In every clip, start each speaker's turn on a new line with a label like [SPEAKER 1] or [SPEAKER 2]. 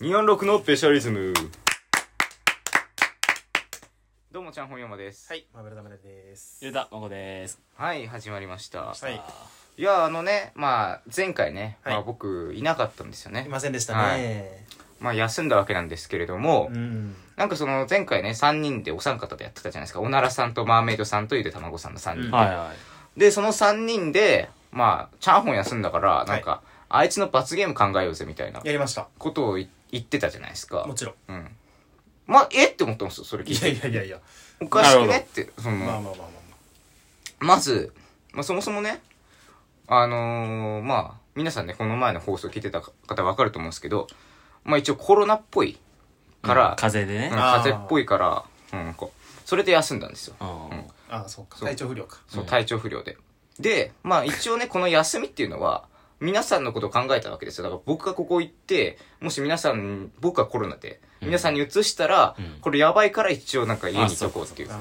[SPEAKER 1] 246のペシャリズムどうもちゃんほんやまです
[SPEAKER 2] はい、マブラダムレです。
[SPEAKER 3] ゆうたまこです
[SPEAKER 1] はい、始まりました
[SPEAKER 2] はい、
[SPEAKER 1] いやあのねまあ前回ね、
[SPEAKER 2] はい
[SPEAKER 1] まあ、僕いなかったんですよ
[SPEAKER 2] い
[SPEAKER 1] ね
[SPEAKER 2] ませんでしたね。
[SPEAKER 1] まあ休んだわけなんですけれども、
[SPEAKER 2] うん。
[SPEAKER 1] なんかその前回ね3人でお三方でやってたじゃないですかおならさんとマーメイドさんとゆでたまごさんの3人、
[SPEAKER 2] うん
[SPEAKER 3] はいは
[SPEAKER 1] でその3人でまあチャンホン休んだからなんか、あいつの罰ゲーム考えようぜみたいな
[SPEAKER 2] やりました。
[SPEAKER 1] ことをい言ってたじゃないですか
[SPEAKER 2] もちろん。
[SPEAKER 1] うんまあえって思ったんですよそれ聞
[SPEAKER 2] い
[SPEAKER 1] い
[SPEAKER 2] や
[SPEAKER 1] て
[SPEAKER 2] いやいやいや。
[SPEAKER 1] おかしくねってその、
[SPEAKER 2] まあまあまあまあ
[SPEAKER 1] まず、まあ、そもそもねあのーまあ皆さんねこの前の放送聞いてた方わかると思うんですけどまあ一応コロナっぽい
[SPEAKER 3] い
[SPEAKER 1] から、
[SPEAKER 3] うん風邪で
[SPEAKER 1] うん
[SPEAKER 3] ね
[SPEAKER 1] 風邪っぽいから、うん、なんかそれで休んだんですよ、
[SPEAKER 3] うん
[SPEAKER 1] うん
[SPEAKER 2] まあ。ああ、そうか。
[SPEAKER 1] そう
[SPEAKER 2] 体調不良か。
[SPEAKER 1] そうの
[SPEAKER 3] ん
[SPEAKER 1] 体調不良で。で、まあ一応ね、この休みっていうのは、皆さんのことを考えたわけですよ。だから僕がここ行って、もし皆さん、僕がコロナで、
[SPEAKER 3] うん
[SPEAKER 1] 皆さんに移したら、
[SPEAKER 3] うん
[SPEAKER 1] これやばいから一応なんか家にいとこうっていう。
[SPEAKER 2] あ
[SPEAKER 1] うん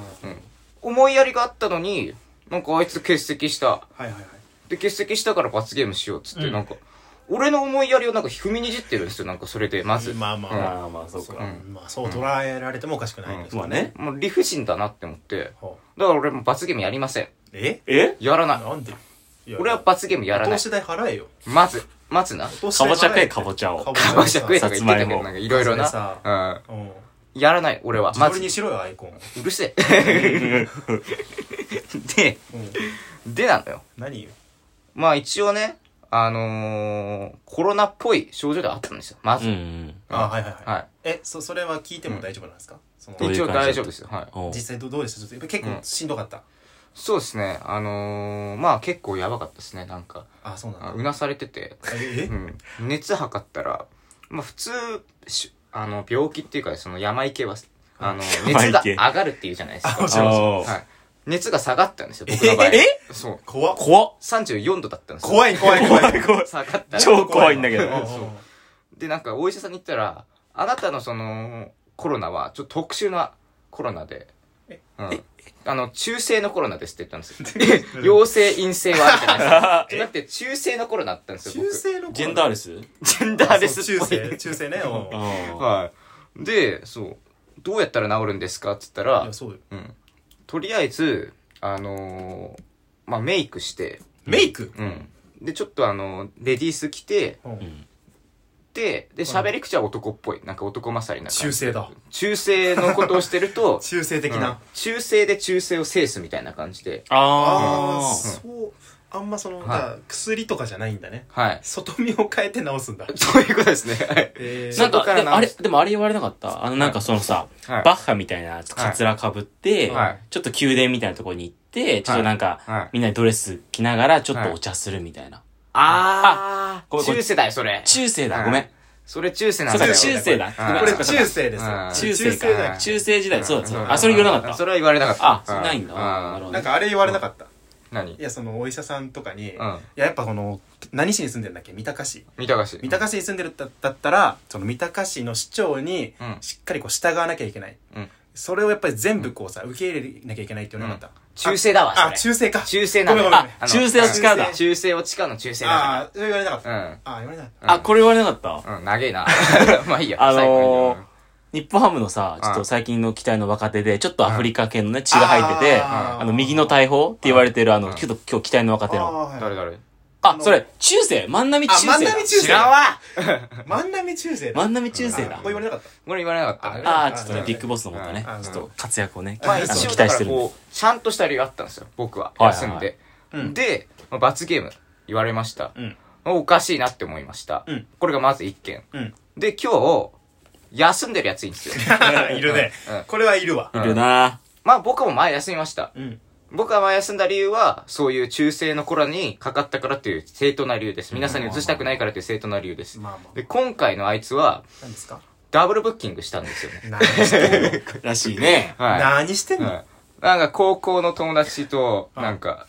[SPEAKER 1] 思いやりがあったのに、なんかあいつ欠席した。
[SPEAKER 2] はいはいはい。
[SPEAKER 1] で、欠席したから罰ゲームしようっつって、
[SPEAKER 2] うん
[SPEAKER 1] なんか、俺の思いやりをなんか踏みにじってるんですよ。なんかそれで、まず。
[SPEAKER 2] まあまあ
[SPEAKER 1] うん
[SPEAKER 2] まあ。
[SPEAKER 3] あまあそ
[SPEAKER 2] そう
[SPEAKER 1] う
[SPEAKER 2] か
[SPEAKER 1] ん
[SPEAKER 2] まあそう捉えられてもおかしくないです
[SPEAKER 3] まあ。ね
[SPEAKER 1] もう理不尽だなって思って。
[SPEAKER 2] ほ
[SPEAKER 1] だから俺も罰ゲームやりません。
[SPEAKER 2] うえ
[SPEAKER 3] え
[SPEAKER 1] やらない。
[SPEAKER 2] なんでいや
[SPEAKER 1] 俺は罰ゲームやら
[SPEAKER 2] お
[SPEAKER 1] ない
[SPEAKER 2] 通。し代払えよ。
[SPEAKER 1] まず、まずな。
[SPEAKER 2] お通し
[SPEAKER 3] か
[SPEAKER 2] 代払え
[SPEAKER 3] ぼちゃ
[SPEAKER 2] か
[SPEAKER 3] 食えかぼちゃを
[SPEAKER 2] ぼ
[SPEAKER 1] かぼちゃ食えとか言ってた
[SPEAKER 2] さ
[SPEAKER 1] け
[SPEAKER 3] さつまい
[SPEAKER 1] ど、
[SPEAKER 3] も
[SPEAKER 1] なんかいろいろ
[SPEAKER 2] それさ
[SPEAKER 1] な。
[SPEAKER 2] うん。
[SPEAKER 1] うん。やらない、俺は。ま
[SPEAKER 2] 自撮り
[SPEAKER 1] ず
[SPEAKER 2] に、しろよ、アイコン。
[SPEAKER 1] うるせえ。 で、
[SPEAKER 2] うん。
[SPEAKER 1] でなのよ。
[SPEAKER 2] 何よ。
[SPEAKER 1] まあ一応ね、あのー、コロナっぽい症状ではあったんですよ。ま
[SPEAKER 3] うん
[SPEAKER 1] ず。
[SPEAKER 3] うん
[SPEAKER 2] ああ、はいはい
[SPEAKER 1] は
[SPEAKER 2] はいい。え、そ、それは聞いても大丈夫なんですかその
[SPEAKER 3] どういう
[SPEAKER 1] 一応
[SPEAKER 3] 感じだった
[SPEAKER 1] 大丈夫ですよ。はい。
[SPEAKER 3] おう
[SPEAKER 2] 実際どどうでしたちょっとやっぱ結
[SPEAKER 1] うん
[SPEAKER 2] 構しんどかった。
[SPEAKER 1] そうですね。あのー、まあ結構やばかったですね。なんか、
[SPEAKER 2] ああ、そうなん
[SPEAKER 1] あ
[SPEAKER 2] だ。
[SPEAKER 1] うなされてて。
[SPEAKER 2] え
[SPEAKER 1] うん。熱測ったら、まあ普通、しあの、病気っていうか、その病系は、あ の、熱
[SPEAKER 3] 病
[SPEAKER 1] が
[SPEAKER 3] 系
[SPEAKER 1] 上がるっていうじゃないです
[SPEAKER 2] あ、も
[SPEAKER 1] か。
[SPEAKER 2] ちろんもちろん。
[SPEAKER 3] おう
[SPEAKER 1] はい。熱が下がったんですよ、僕の場合。
[SPEAKER 3] え
[SPEAKER 1] そう。
[SPEAKER 2] 怖っ
[SPEAKER 3] 怖っ
[SPEAKER 1] 34度だったんですよ。
[SPEAKER 2] 怖い怖い怖い
[SPEAKER 3] 怖い怖い
[SPEAKER 1] 下がったら
[SPEAKER 3] 超怖いんだけど
[SPEAKER 2] うんうんうん
[SPEAKER 1] そうで、なんか、お医者さんに言ったら、あなたのその、コロナは、ちょっと特殊なコロナで、うん。あの、中性のコロナですって言ったん ですよ。陽性、陰性はあるじゃないですか。だって、中性のコロナだったんですよ、
[SPEAKER 2] 中
[SPEAKER 1] 僕。
[SPEAKER 2] 性の
[SPEAKER 3] ジェンダー
[SPEAKER 2] レ
[SPEAKER 3] レス
[SPEAKER 1] ジェンダーレス
[SPEAKER 2] 中
[SPEAKER 1] っぽい
[SPEAKER 2] 性。中性ね
[SPEAKER 3] う
[SPEAKER 2] うん
[SPEAKER 1] はい。で、そう。どうやったら治るんですかって言った
[SPEAKER 2] んい
[SPEAKER 1] ら
[SPEAKER 2] や、そうよ
[SPEAKER 1] うん。とりあえず、あのーまあ、メイクして、
[SPEAKER 2] メイク
[SPEAKER 1] うん。で、ちょっとあの、レディース着て、
[SPEAKER 2] うん
[SPEAKER 1] で、で、喋り口は男っぽい。なんか男勝りな感
[SPEAKER 2] 中
[SPEAKER 1] じ。
[SPEAKER 2] 性だ、
[SPEAKER 1] 中性のことをしてる と
[SPEAKER 2] 中性的
[SPEAKER 1] うん
[SPEAKER 2] な
[SPEAKER 1] 中性で中性を制すみたいな感じで。
[SPEAKER 2] ああ
[SPEAKER 3] あ
[SPEAKER 2] そうあんまその
[SPEAKER 1] は
[SPEAKER 2] だ
[SPEAKER 1] い
[SPEAKER 2] から薬とかじゃないんだね
[SPEAKER 1] はい。
[SPEAKER 2] 外見を変えて治すんだ
[SPEAKER 1] そういうことですね。はい
[SPEAKER 2] え
[SPEAKER 3] ー
[SPEAKER 1] そう
[SPEAKER 3] な
[SPEAKER 1] ん外
[SPEAKER 3] か
[SPEAKER 1] から
[SPEAKER 3] でもあれ
[SPEAKER 1] 直
[SPEAKER 3] でもあれ言われなかったあのなんかそのさ
[SPEAKER 1] はい
[SPEAKER 3] バッハみたいなカツラかぶって
[SPEAKER 1] はい
[SPEAKER 3] ちょっと宮殿みたいなところに行ってちょっとなん
[SPEAKER 1] はい
[SPEAKER 3] かみんなでドレス着ながらちょっとお茶するみたいな
[SPEAKER 1] あ
[SPEAKER 3] ごめんごめ
[SPEAKER 1] 中
[SPEAKER 3] ん
[SPEAKER 1] 世だよ、それ。
[SPEAKER 3] 中世だ
[SPEAKER 1] はい
[SPEAKER 3] ごめん
[SPEAKER 1] それ中世なんだよ。
[SPEAKER 3] それ中世だ
[SPEAKER 1] はい
[SPEAKER 2] これ
[SPEAKER 3] そっかそっ
[SPEAKER 2] 中世ですよ
[SPEAKER 1] うん
[SPEAKER 3] 中
[SPEAKER 2] 中
[SPEAKER 3] 世
[SPEAKER 2] 世
[SPEAKER 3] か
[SPEAKER 2] だ
[SPEAKER 3] 中世時代そうだそうだあそれ言わなかっ
[SPEAKER 1] そ
[SPEAKER 3] た
[SPEAKER 1] れは言われなかった
[SPEAKER 3] あ。そうないんだ
[SPEAKER 1] う
[SPEAKER 3] なるほど
[SPEAKER 2] なんかあれ言われなかった
[SPEAKER 1] 何
[SPEAKER 2] いやそのお医者さんとかにい
[SPEAKER 1] うん
[SPEAKER 2] ややっぱこの何市に住んでんだっけ三鷹市
[SPEAKER 1] 三鷹市。
[SPEAKER 2] 三鷹市に住んでるだだったらその三鷹市の市長に
[SPEAKER 1] うん
[SPEAKER 2] しっかりこう従わなきゃいけない
[SPEAKER 1] うん
[SPEAKER 2] それをやっぱり全部こうさ受け入れなきゃいけないって言わなかった
[SPEAKER 1] 中世だわ、そ
[SPEAKER 2] あ
[SPEAKER 1] れ。
[SPEAKER 2] 中世か
[SPEAKER 1] 中世なんだ
[SPEAKER 2] ごめんごめん
[SPEAKER 1] あの
[SPEAKER 3] 中世は地下だ
[SPEAKER 1] 中世を地下の中世
[SPEAKER 2] あ
[SPEAKER 1] だ
[SPEAKER 2] あそれ言われなかっ
[SPEAKER 1] か
[SPEAKER 2] たあ
[SPEAKER 1] ら。
[SPEAKER 2] あ言われなかった
[SPEAKER 3] あこれ言われなかった
[SPEAKER 1] うん。うん、長えな。 まあいいや、
[SPEAKER 3] あ
[SPEAKER 1] 最後
[SPEAKER 3] のー
[SPEAKER 1] に。
[SPEAKER 3] 日本ハムのさ、ちょっと最近の期待の若手で、ちょっとアフリカ系のね、血が入ってて、
[SPEAKER 2] あ
[SPEAKER 3] あ
[SPEAKER 2] ー
[SPEAKER 3] の、右の大砲って言われてる、あ
[SPEAKER 1] う
[SPEAKER 3] の、
[SPEAKER 1] ん
[SPEAKER 3] ちょっと今日期待の若手
[SPEAKER 2] あ
[SPEAKER 3] の。
[SPEAKER 2] ーはい
[SPEAKER 1] 誰誰
[SPEAKER 3] あ、それ、中世万波中
[SPEAKER 2] あ
[SPEAKER 3] 世
[SPEAKER 2] 万波
[SPEAKER 3] だ。
[SPEAKER 2] 中世
[SPEAKER 1] 知らんわ
[SPEAKER 2] 万波中世だ
[SPEAKER 3] 万波中世
[SPEAKER 2] あ
[SPEAKER 3] だ
[SPEAKER 2] こ。れ言われなかった
[SPEAKER 1] これ言われなかったね。
[SPEAKER 3] あー、ちょっとね
[SPEAKER 2] あ、
[SPEAKER 3] ビッグボスのことね
[SPEAKER 1] あ、
[SPEAKER 3] ちょっと活躍をね、あ
[SPEAKER 1] まあ
[SPEAKER 3] の
[SPEAKER 1] 一応
[SPEAKER 3] 期
[SPEAKER 1] だか
[SPEAKER 3] 待し
[SPEAKER 1] ら
[SPEAKER 3] てるんで。
[SPEAKER 1] こう、ちゃんとした理由があったんですよ、僕は。
[SPEAKER 3] はいはい
[SPEAKER 1] 休んで。
[SPEAKER 2] うん
[SPEAKER 1] で、まあ罰ゲーム言われました。
[SPEAKER 2] うん
[SPEAKER 1] おかしいなって思いました。
[SPEAKER 2] うん
[SPEAKER 1] これがまず一件。
[SPEAKER 2] うん
[SPEAKER 1] で、今日、休んでるやついいんですよ。
[SPEAKER 2] いるね
[SPEAKER 1] うんうん
[SPEAKER 2] これはいるわ
[SPEAKER 1] う
[SPEAKER 3] いるな
[SPEAKER 1] まあ僕も前休みました。
[SPEAKER 2] うん
[SPEAKER 1] 僕が前休んだ理由は、そういう中性の頃にかかったからっていう正当な理由です。皆さんに移したくないからっていう正当な理由です。
[SPEAKER 2] まあま
[SPEAKER 1] で、今回のあいつは、
[SPEAKER 2] あ何ですか
[SPEAKER 1] ダブルブッキングしたんですよね。
[SPEAKER 2] 何してんの
[SPEAKER 3] らしいね。
[SPEAKER 1] はい。
[SPEAKER 2] 何してんの
[SPEAKER 1] はい。なんか高校の友達と、なんか、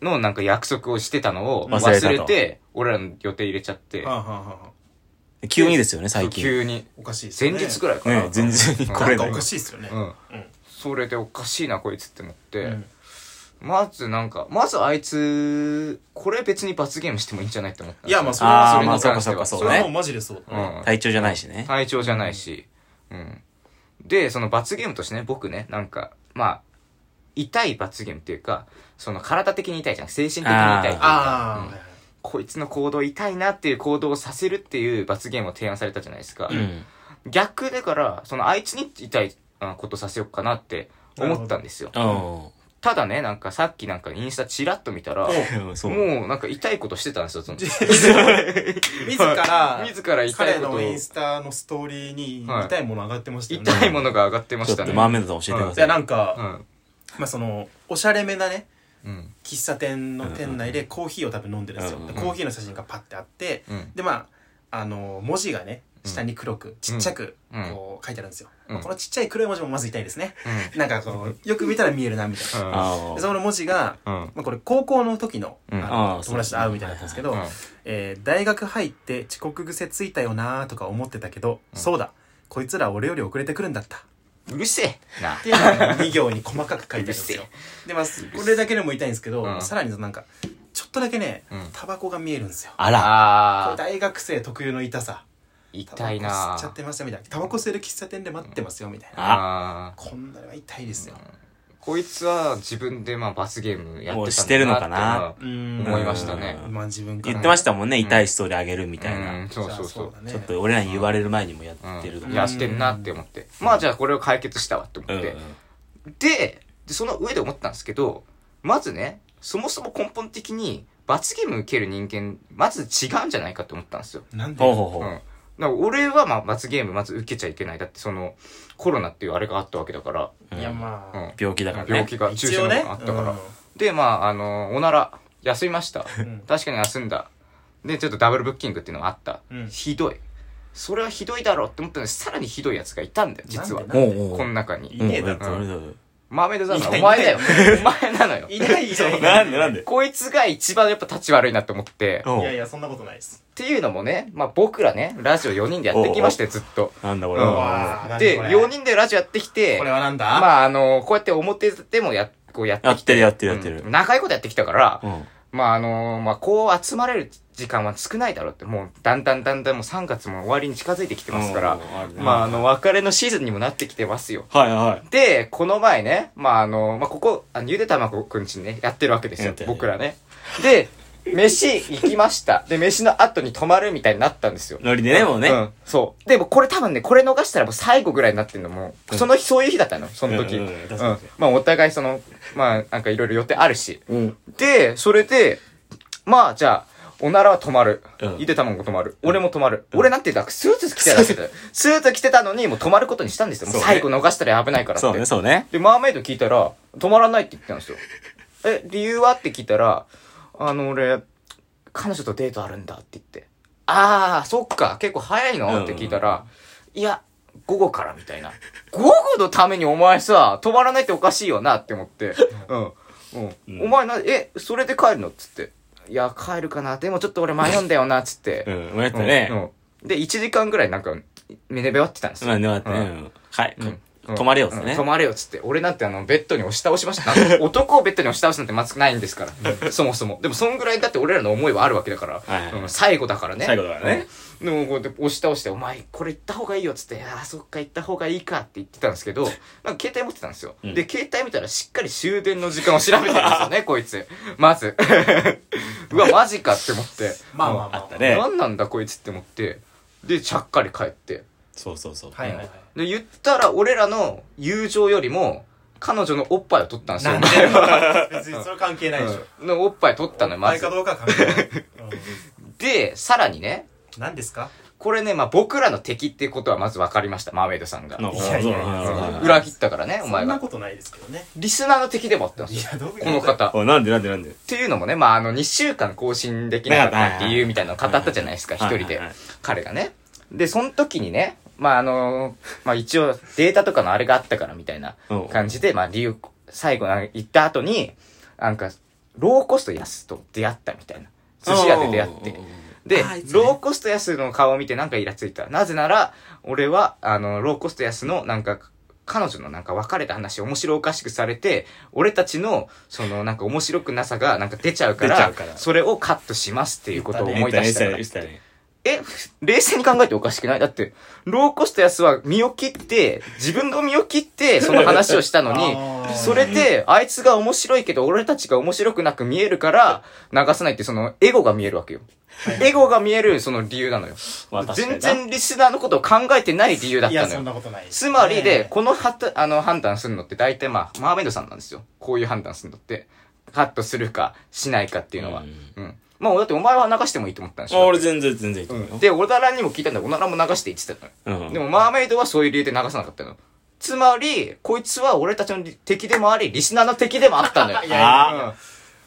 [SPEAKER 1] のなんか約束をしてたのを
[SPEAKER 3] 忘れた
[SPEAKER 1] 忘れ
[SPEAKER 3] と
[SPEAKER 1] て、俺らの予定入れちゃって
[SPEAKER 2] は、あはあはあ
[SPEAKER 3] 急にですよね、最近。
[SPEAKER 1] 急に。
[SPEAKER 2] おかしいです
[SPEAKER 1] 前
[SPEAKER 2] よね
[SPEAKER 1] 日くらいかな。
[SPEAKER 3] ね、全然
[SPEAKER 1] ん
[SPEAKER 3] こ
[SPEAKER 2] な
[SPEAKER 3] れ
[SPEAKER 2] ん
[SPEAKER 3] だ
[SPEAKER 2] か
[SPEAKER 3] よ
[SPEAKER 2] おかしいですよね
[SPEAKER 1] うん。それでおかしいなこいつってなっ
[SPEAKER 2] う
[SPEAKER 1] て
[SPEAKER 2] ん、
[SPEAKER 1] まずなんか、まずあいつ、これ別に罰ゲームしてもいいんじゃないって思ったん
[SPEAKER 2] い
[SPEAKER 1] ですよ。
[SPEAKER 2] や、まあ、それはそ
[SPEAKER 1] に
[SPEAKER 2] れ
[SPEAKER 3] あーま
[SPEAKER 2] に
[SPEAKER 3] あそうかそうかそう
[SPEAKER 2] そ
[SPEAKER 3] か
[SPEAKER 2] れはもう
[SPEAKER 3] ね
[SPEAKER 2] マジでそう。
[SPEAKER 1] うん
[SPEAKER 3] 体調じゃないし ね。
[SPEAKER 1] 体調じゃないし。うん。で、その罰ゲームとしてね、僕ね、なんか、まあ、痛い罰ゲームっていうか、その体的に痛いじゃん。精神的に痛いというか
[SPEAKER 2] あ
[SPEAKER 1] うん
[SPEAKER 2] あ、
[SPEAKER 1] こいつの行動痛いなっていう行動をさせるっていう罰ゲームを提案されたじゃないですか。
[SPEAKER 3] うん。
[SPEAKER 1] 逆だから、そのあいつに痛いあことさせようかなって思ったんですよ。
[SPEAKER 3] うん。
[SPEAKER 1] ただね、なんかさっきなんかインスタチラッと見たら、
[SPEAKER 3] うんそう。
[SPEAKER 1] もうなんか痛いことしてたんですよ、そ の。
[SPEAKER 2] 自ら、
[SPEAKER 1] 自ら痛い
[SPEAKER 2] 彼
[SPEAKER 1] こと
[SPEAKER 2] のイ
[SPEAKER 1] を
[SPEAKER 2] ン。スタのストーリーに
[SPEAKER 1] はい
[SPEAKER 2] 痛いもの上がってましたよね。
[SPEAKER 1] 痛いものが上がってま
[SPEAKER 3] ちょ
[SPEAKER 1] し
[SPEAKER 3] ったと
[SPEAKER 1] ね。
[SPEAKER 3] マーメイドさん教えてくだ
[SPEAKER 2] い
[SPEAKER 3] さい。
[SPEAKER 2] や、なんか、
[SPEAKER 1] うん。
[SPEAKER 2] まあその、おしゃれめなね、
[SPEAKER 1] うん。
[SPEAKER 2] 喫茶店の店内でコーヒーを多分飲んでるんですよ。
[SPEAKER 3] うん
[SPEAKER 2] でコーヒーの写真がパッてあって、
[SPEAKER 1] うん。
[SPEAKER 2] で、まあ、あの、文字がね、下に黒く、ちっちゃく、
[SPEAKER 1] うん
[SPEAKER 2] こう書いてあるんですよ。
[SPEAKER 1] うん
[SPEAKER 2] まあこのちっちゃい黒い文字もまず痛いですね。
[SPEAKER 1] うん
[SPEAKER 2] なんかこう、よく見たら見えるな、みたいな。
[SPEAKER 3] あ
[SPEAKER 2] でその文字が、
[SPEAKER 1] うん。
[SPEAKER 2] まあ、これ高校の時の,、
[SPEAKER 1] うん
[SPEAKER 2] あ
[SPEAKER 3] あー
[SPEAKER 2] の友達と会うみたいなやつなんですけど、えー大学入って遅刻癖ついたよなーとか思ってたけど、
[SPEAKER 1] うん
[SPEAKER 2] そうだこいつら俺より遅れてくるんだったっ
[SPEAKER 1] うるせえな。
[SPEAKER 2] ていうのが2行に細かく書いてあるんですよ
[SPEAKER 1] うる
[SPEAKER 2] でまあこれだけでも痛いんですけど、
[SPEAKER 1] うん
[SPEAKER 2] さらになんかちょっとだけね
[SPEAKER 1] うん
[SPEAKER 2] タバコが見えるんですよ
[SPEAKER 3] あ。あら。
[SPEAKER 2] これ
[SPEAKER 1] あー、
[SPEAKER 2] 大学生特有の痛さタ
[SPEAKER 1] 痛
[SPEAKER 2] バコ
[SPEAKER 1] い
[SPEAKER 2] 吸
[SPEAKER 1] な
[SPEAKER 2] っちゃってますよみたいなタバコ吸える喫茶店で待ってますよみたいな
[SPEAKER 3] あ
[SPEAKER 1] あー。
[SPEAKER 2] こんなのは痛いですよ
[SPEAKER 1] こいつは自分でまあ罰ゲームやってたんだな
[SPEAKER 3] もうしてるのかな
[SPEAKER 1] って
[SPEAKER 2] うん
[SPEAKER 1] 思いましたね。
[SPEAKER 2] まあ自分から
[SPEAKER 3] 言ってましたもんね、痛いストーリーあげるみたい
[SPEAKER 1] うん
[SPEAKER 3] な。
[SPEAKER 1] そうそうそう。
[SPEAKER 2] じゃあだね
[SPEAKER 3] ちょっと俺らに言われる前にもやってると
[SPEAKER 1] う
[SPEAKER 3] か
[SPEAKER 1] ん、やってんなって思って。まあじゃあこれを解決したわって思
[SPEAKER 3] うん
[SPEAKER 1] って。で、でその上で思ったんですけど、まずね、そもそも根本的に罰ゲーム受ける人間、まず違うんじゃないかって思ったんですよ。
[SPEAKER 2] なんで
[SPEAKER 3] ほうほう
[SPEAKER 1] うん。
[SPEAKER 3] ほう。
[SPEAKER 1] だから俺はまあ罰ゲームまず受けちゃいけない。だってそのコロナっていうあれがあったわけだから。
[SPEAKER 3] うん
[SPEAKER 2] いやまあ、
[SPEAKER 1] うん。
[SPEAKER 3] 病気だから
[SPEAKER 1] 病
[SPEAKER 3] ね。
[SPEAKER 1] 気が中
[SPEAKER 2] 一
[SPEAKER 1] 止
[SPEAKER 2] 応
[SPEAKER 1] の
[SPEAKER 2] ね
[SPEAKER 1] があったから。で、まあ、あの、おなら、休みました。
[SPEAKER 2] うん
[SPEAKER 1] 確かに休んだ。で、ちょっとダブルブッキングっていうのがあった。
[SPEAKER 2] うん
[SPEAKER 1] ひどい。それはひどいだろうって思ったのに、さらにひどいやつがいたんだよ、実は。
[SPEAKER 2] なんで
[SPEAKER 1] こ
[SPEAKER 2] な
[SPEAKER 3] おうおう
[SPEAKER 1] の中に。
[SPEAKER 2] いねえだ
[SPEAKER 3] うん
[SPEAKER 1] ろ
[SPEAKER 3] うんうん
[SPEAKER 1] マーメイドザー
[SPEAKER 2] い
[SPEAKER 1] の
[SPEAKER 2] や
[SPEAKER 1] お前だよ
[SPEAKER 2] い。
[SPEAKER 1] お前なのよ。
[SPEAKER 2] いな いいないいな
[SPEAKER 3] ないんでなんで
[SPEAKER 1] こいつが一番やっぱ立ち悪いなって思って。っ
[SPEAKER 3] おう
[SPEAKER 2] いやいやそんなことないです
[SPEAKER 1] ていうのもね、まあ僕らね、ラジオ4人でやってきまして、ずっと。
[SPEAKER 3] なんだこれ
[SPEAKER 1] うん
[SPEAKER 3] は。
[SPEAKER 2] わあ
[SPEAKER 1] で、
[SPEAKER 2] 何これ
[SPEAKER 1] 4人でラジオやってきて、
[SPEAKER 2] これはなんだ、
[SPEAKER 1] まああの、こうやって表でもや、こうやって
[SPEAKER 3] や
[SPEAKER 1] き
[SPEAKER 3] ってるやってるやって
[SPEAKER 1] う
[SPEAKER 3] る。
[SPEAKER 1] ん長いことやってきたから、
[SPEAKER 3] うん。
[SPEAKER 1] まああのまあこう集まれる時間は少ないだろうって、もうだんだんだんだんもう3月も終わりに近づいてきてますから、まああの、別れのシーズンにもなってきてますよ。
[SPEAKER 3] あ、はいは
[SPEAKER 1] で、この前ね、まああの、まあここ、あのゆでたまごくんちにね、やってるわけです
[SPEAKER 3] や
[SPEAKER 1] よ
[SPEAKER 3] って、る
[SPEAKER 1] 僕らね。で、飯行きました。で、飯の後に泊まるみたいになったんですよ
[SPEAKER 3] い。。ノリでね、もうね。
[SPEAKER 1] うん、そう。でもこれ多分ね、これ逃したらもう最後ぐらいになってんのもう、
[SPEAKER 3] うん
[SPEAKER 1] その日、そういう日だったの、その時。う
[SPEAKER 3] う
[SPEAKER 1] んん
[SPEAKER 3] うんうん確かに
[SPEAKER 1] まあお互いその、まあなんかいろいろ予定あるし。
[SPEAKER 3] うん。
[SPEAKER 1] で、それで、まあじゃあ、おならは止まる
[SPEAKER 3] うん。
[SPEAKER 1] ゆで卵止まる。俺も止まる。俺なんてだ、スーツ着てたらしいんだよスーツ着てたのにもう止まることにしたんですよ。もう
[SPEAKER 3] そうね
[SPEAKER 1] 最後逃したら危ないからって。
[SPEAKER 3] そうね、そうね。
[SPEAKER 1] で、マーメイド聞いたら、止まらないって言ってたんですよ。え、理由はって聞いたら、あの、俺、彼女とデートあるんだって言って。あー、そっか、結構早い
[SPEAKER 3] うん
[SPEAKER 1] のって聞いたら、いや、午後からみたいな。午後のためにお前さ、止まらないっておかしいよなって思って。うん。うん。
[SPEAKER 3] うん
[SPEAKER 1] お前な、え、それで帰るのっつって。いや、帰るかな。でもちょっと俺迷うんだよな、つって。
[SPEAKER 3] うん。やったね。
[SPEAKER 1] うんうんで、1時間ぐらいなんか、目でべわってたんですよ
[SPEAKER 3] まあ、ね、待ってね。
[SPEAKER 1] う
[SPEAKER 3] うんはい。
[SPEAKER 1] うん
[SPEAKER 3] 止まれよっつって
[SPEAKER 1] う
[SPEAKER 3] ね
[SPEAKER 1] ん止。まれよっつって。俺なんてあの、ベッドに押し倒しました から。男をベッドに押し倒すなんてまずくないんですから。 そもそも。でもそんぐらいだって俺らの思いはあるわけだから
[SPEAKER 3] はいはい。
[SPEAKER 1] うん最後だからね。
[SPEAKER 3] 最後だからね
[SPEAKER 1] うん。でもこうやって押し倒して、お前これ行った方がいいよっつって、ああ、そっか行った方がいいかって言ってたんですけど、なんか携帯持ってたんですよ。
[SPEAKER 3] ん
[SPEAKER 1] で、携帯見たらしっかり終電の時間を調べてるんです よね、こいつ。まず。 うわ、マジかって思って。
[SPEAKER 2] まあまあまあ
[SPEAKER 3] あったね。
[SPEAKER 1] 何なんだこいつって思って。で、ちゃっかり帰って。
[SPEAKER 3] そうそうそう。
[SPEAKER 2] はいはいはい
[SPEAKER 1] で、言ったら俺らの友情よりも、彼女のおっぱいを取ったんですよ。
[SPEAKER 2] なんで 別にそれは関係ないでしょ、
[SPEAKER 1] うんのおっぱい取ったのよ、ま
[SPEAKER 2] 前
[SPEAKER 1] ず
[SPEAKER 2] か。どうかは関係ない、
[SPEAKER 1] で、さらにね、
[SPEAKER 2] うん、何ですか
[SPEAKER 1] これね、まあ僕らの敵ってことはまず分かりました、マーメイドさんが。
[SPEAKER 3] なんか
[SPEAKER 2] いやいやいや
[SPEAKER 3] うん
[SPEAKER 1] 裏切ったからね、お
[SPEAKER 2] そ
[SPEAKER 1] 前
[SPEAKER 2] んな
[SPEAKER 1] が。
[SPEAKER 2] ことないですけどね
[SPEAKER 1] リスナーの敵でもあったんで
[SPEAKER 2] い
[SPEAKER 1] すよ。
[SPEAKER 2] やどういう
[SPEAKER 1] この方。っ
[SPEAKER 3] おなんでなんでなんで
[SPEAKER 1] ていうのもね、まああの、2週間更新できなかった理由みたいなのを語ったじゃないですか、
[SPEAKER 3] はい
[SPEAKER 1] 一
[SPEAKER 3] はい
[SPEAKER 1] 人で
[SPEAKER 3] はいはい。
[SPEAKER 1] 彼がね。で、その時にね、まああの、まあ一応データとかのあれがあったからみたいな
[SPEAKER 3] うん
[SPEAKER 1] 感じで、まあ理由、最後なんか行った後に、なんか、ローコスト安と出会ったみたいな。寿司屋で出会って。で、
[SPEAKER 3] あいつね
[SPEAKER 1] ローコスト安の顔を見てなんかイラついた。なぜなら、俺は、あの、ローコスト安のなんか、彼女のなんか別れた話面白おかしくされて、俺たちの、そのなんか面白くなさがなんか出ちゃうか
[SPEAKER 3] 出ちゃ
[SPEAKER 1] ら
[SPEAKER 3] うから、
[SPEAKER 1] それをカットしますっていうことを思い出したから
[SPEAKER 3] 言。ったね。
[SPEAKER 1] え、冷静に考えておかしくないだって、ローコスト安は身を切って、自分が身を切って、その話をしたの
[SPEAKER 4] あ
[SPEAKER 1] に
[SPEAKER 4] ー、
[SPEAKER 1] それで、あいつが面白いけど、俺たちが面白くなく見えるから、流さないって、その、エゴが見えるわけよ。エゴが見える、その理由なのよ
[SPEAKER 3] まあ。確かに
[SPEAKER 1] 全
[SPEAKER 3] な
[SPEAKER 1] 然リスナーのことを考えてない理由だっ
[SPEAKER 2] い
[SPEAKER 1] た
[SPEAKER 2] や、
[SPEAKER 1] の
[SPEAKER 2] そん
[SPEAKER 1] よ。
[SPEAKER 2] なことない。
[SPEAKER 1] つまりで、
[SPEAKER 2] ね
[SPEAKER 1] このはた、あの、判断するのって大体まあ、マーメイドさんなんですよ。こういう判断するのって。カットするか、しないかっていうのは。うん。まあ、だってお前は流してもいいと思ったんでし
[SPEAKER 3] あ
[SPEAKER 1] ょ
[SPEAKER 3] 俺全然全然いいと思う
[SPEAKER 1] うん
[SPEAKER 3] よ。
[SPEAKER 1] で、オダラにも聞いたんだけど、オダラも流して言ってたのよ。
[SPEAKER 3] うん
[SPEAKER 1] でも、マーメイドはそういう理由で流さなかったの。つまり、こいつは俺たちの敵でもあり、リスナーの敵でもあったのよ。
[SPEAKER 2] いや
[SPEAKER 1] う
[SPEAKER 3] あ
[SPEAKER 1] ん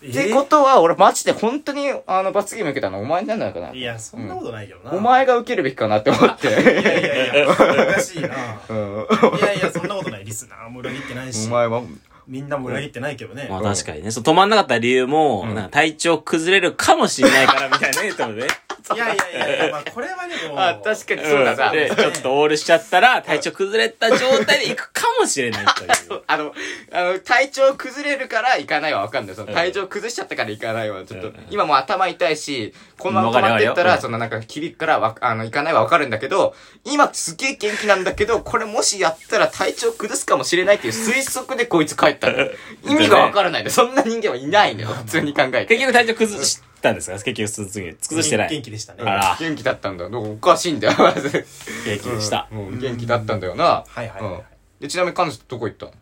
[SPEAKER 1] ってことは、俺マジで本当に、あの、罰ゲーム受けたのお前なんないかない
[SPEAKER 2] や、そんなことないけどな。
[SPEAKER 1] お前が受けるべきかなって思って。
[SPEAKER 2] いやいやいや、おかし いな。
[SPEAKER 1] うん
[SPEAKER 2] いやいや、そんなことない。リスナーも裏切ってない
[SPEAKER 1] お
[SPEAKER 2] し、
[SPEAKER 1] 前は、
[SPEAKER 2] みんなも裏切ってないけどね
[SPEAKER 3] ま。あ確かにね。そう、止まんなかった理由も、なんか体調崩れるかもしれないからみたいなね、言ったの ね。
[SPEAKER 2] いやいやいや、まあ、これはね、もう。
[SPEAKER 1] あ、確かにそうだな。
[SPEAKER 3] で、ちょっとオールしちゃったら、体調崩れた状態で行くかもしれないという。
[SPEAKER 1] あの、あの、体調崩れるから行かないはわかんない。その体調崩しちゃったから行かないは、ちょっと、今もう頭痛いし、このまま止まってった
[SPEAKER 3] わかるわ
[SPEAKER 1] ら、
[SPEAKER 3] よ
[SPEAKER 1] そのなんか、切りからわ、あの、行かないはわかるんだけど、今すげえ元気なんだけど、これもしやったら体調崩すかもしれないっていう推測でこいつ帰ったの。意味がわからないの。そんな人間はいないのよ。普通に考え
[SPEAKER 3] 結
[SPEAKER 1] て。
[SPEAKER 3] 局体調崩したんですか結局次、崩してな
[SPEAKER 2] 元
[SPEAKER 3] い。
[SPEAKER 2] 気でしたね。
[SPEAKER 3] あら、
[SPEAKER 1] 元気だったんだよ。おかしいんだよ、まず。
[SPEAKER 3] 元気でした。
[SPEAKER 1] もう元気だったんだよな。
[SPEAKER 2] はいはいはいはい
[SPEAKER 1] うんで、ちなみに彼女どこ行ったの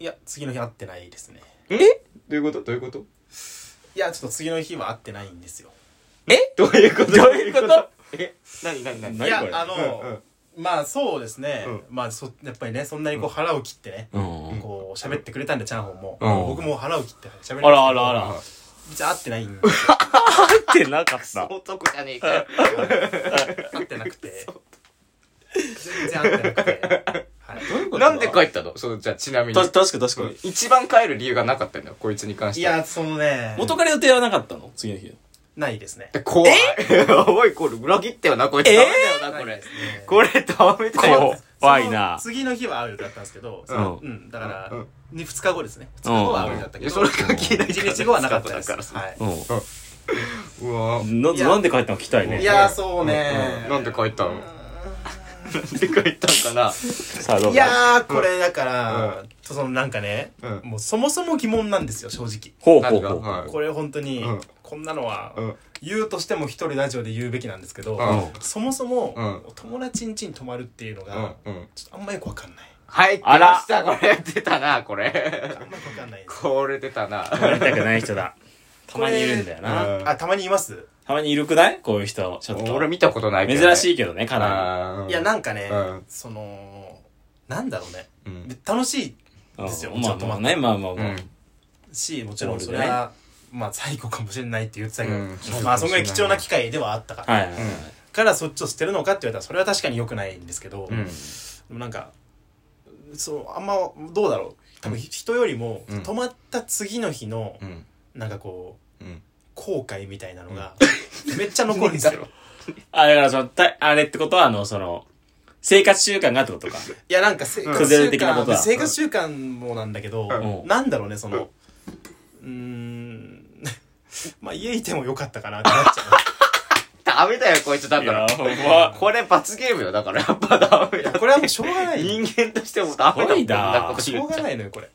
[SPEAKER 2] いや、次の日会ってないですね。
[SPEAKER 1] えどういうことどういうこと
[SPEAKER 2] いや、ちょっと次の日は会ってないんですよ。
[SPEAKER 1] えどういうことどういうことえ何何
[SPEAKER 2] い
[SPEAKER 1] 何
[SPEAKER 2] や
[SPEAKER 3] これ、
[SPEAKER 2] あの、まあそうですね
[SPEAKER 1] ん。
[SPEAKER 2] まあ、そ、やっぱりね、そんなにこう腹を切ってね。
[SPEAKER 3] うん。
[SPEAKER 2] こう喋ってくれたんでチャンホンも、
[SPEAKER 1] うん
[SPEAKER 2] 僕も腹を切って喋る
[SPEAKER 3] あらあらあら。
[SPEAKER 2] じゃ会ってないんで
[SPEAKER 3] 合ってなかった。
[SPEAKER 1] 男じゃねえかよ。
[SPEAKER 2] 会ってなく て全然会ってなくて、はい、どういうこ
[SPEAKER 1] なんで帰ったのそう、じゃあちなみに
[SPEAKER 3] た。確かに確かに。
[SPEAKER 1] 一番帰る理由がなかったんだよ、こいつに関し
[SPEAKER 2] い
[SPEAKER 1] ては。
[SPEAKER 2] やそのね
[SPEAKER 3] 元から予定はなかったの次の日。
[SPEAKER 2] ないですね
[SPEAKER 1] で怖い。 おい、これ裏切ったよな、こいつ。ダメだよな、こ
[SPEAKER 2] ない
[SPEAKER 1] れ
[SPEAKER 2] です。ね
[SPEAKER 1] これダメだよ。
[SPEAKER 3] 怖いな
[SPEAKER 2] その次の日は会う予定だったんですけど、そのうんだから、
[SPEAKER 1] うん
[SPEAKER 2] に2日後ですね2日後は会う予定だった
[SPEAKER 1] い
[SPEAKER 2] け
[SPEAKER 1] や、
[SPEAKER 2] ど、
[SPEAKER 1] それ関係ない。
[SPEAKER 2] 1日後はなかったです
[SPEAKER 1] からさ。
[SPEAKER 2] はいう
[SPEAKER 1] うわぁ。
[SPEAKER 3] ん。な、なんで帰ったの聞きたいね。
[SPEAKER 2] いやそうね、
[SPEAKER 1] なんで帰ったのなんで帰ったんかな。
[SPEAKER 3] さあどう
[SPEAKER 2] い
[SPEAKER 3] だ
[SPEAKER 2] やーこれだから、そのなんかね、
[SPEAKER 1] うん
[SPEAKER 2] もうそもそも疑問なんですよ正直
[SPEAKER 3] ほうほ
[SPEAKER 1] 何
[SPEAKER 3] う
[SPEAKER 1] が
[SPEAKER 3] ほう。
[SPEAKER 1] はい
[SPEAKER 2] これ本当に、
[SPEAKER 1] うん
[SPEAKER 2] こんなのは、
[SPEAKER 1] うん
[SPEAKER 2] 言うとしても一人ラジオで言うべきなんですけど、
[SPEAKER 1] う
[SPEAKER 2] そもそも、
[SPEAKER 1] う
[SPEAKER 2] 友達ん家に泊まるっていうのが、
[SPEAKER 1] うんうん。
[SPEAKER 2] ちょっとあんまよくわかんない
[SPEAKER 1] はい、出
[SPEAKER 3] あら
[SPEAKER 1] ました、これ。出たな、これ。
[SPEAKER 2] あんまよくわかんないです
[SPEAKER 1] これ出たな。
[SPEAKER 3] 泊まりたくない人だ。たまにいるんだよ
[SPEAKER 1] こ
[SPEAKER 3] な。
[SPEAKER 1] れ
[SPEAKER 2] あたまにいます、
[SPEAKER 3] たまにいるくないこういう人、ちょっ と。
[SPEAKER 1] 俺見たことないけどね。
[SPEAKER 3] 珍
[SPEAKER 1] い
[SPEAKER 3] しいけどね、かな
[SPEAKER 2] いやなんかね、
[SPEAKER 1] うん
[SPEAKER 2] そのなんだろうね、
[SPEAKER 1] うん
[SPEAKER 2] で楽しい
[SPEAKER 3] り。
[SPEAKER 2] ですよ
[SPEAKER 3] うんまあ
[SPEAKER 2] ちょっと
[SPEAKER 3] まあ
[SPEAKER 2] 待
[SPEAKER 3] ね、まあまあ
[SPEAKER 1] う
[SPEAKER 3] まあ
[SPEAKER 1] ん。。
[SPEAKER 2] しもちろ
[SPEAKER 3] オ
[SPEAKER 2] ん
[SPEAKER 3] ール
[SPEAKER 2] そ
[SPEAKER 3] でね
[SPEAKER 2] れは、まあ最後かもしれないって言ってたけど、
[SPEAKER 1] うん
[SPEAKER 2] まあそんぐらい貴重な機会ではあったから、
[SPEAKER 3] はいはいはい。
[SPEAKER 2] からそっちを捨てるのかって言われたらそれは確かに良くないんですけど、
[SPEAKER 1] うん
[SPEAKER 2] でもなんかそうあんまどうだろう多分人よりも、
[SPEAKER 1] うん
[SPEAKER 2] 泊まった次の日の、
[SPEAKER 1] うん。
[SPEAKER 2] なんかこう
[SPEAKER 1] うん。
[SPEAKER 2] 後悔みたいなのが、めっちゃ残るんです よ
[SPEAKER 3] あ、だからその、たあれってことは、あの、その、生活習慣がってことか。
[SPEAKER 2] いやなんか生活
[SPEAKER 3] 崩
[SPEAKER 2] 習
[SPEAKER 3] れる的なこと
[SPEAKER 2] 慣
[SPEAKER 3] だ
[SPEAKER 2] 生活習慣もなんだけど、
[SPEAKER 3] うん
[SPEAKER 2] なんだろうねそのうーん まあ家いてもよかったかなってなっちゃ
[SPEAKER 1] ダメだよ、こいつだから。
[SPEAKER 3] 怖
[SPEAKER 1] これ罰ゲームよ、だから。やっぱダメだ
[SPEAKER 2] う。これはもうしょうがない
[SPEAKER 1] 人間としてもダメだもん
[SPEAKER 3] すごいな
[SPEAKER 1] こ
[SPEAKER 2] しょうがないのよこれ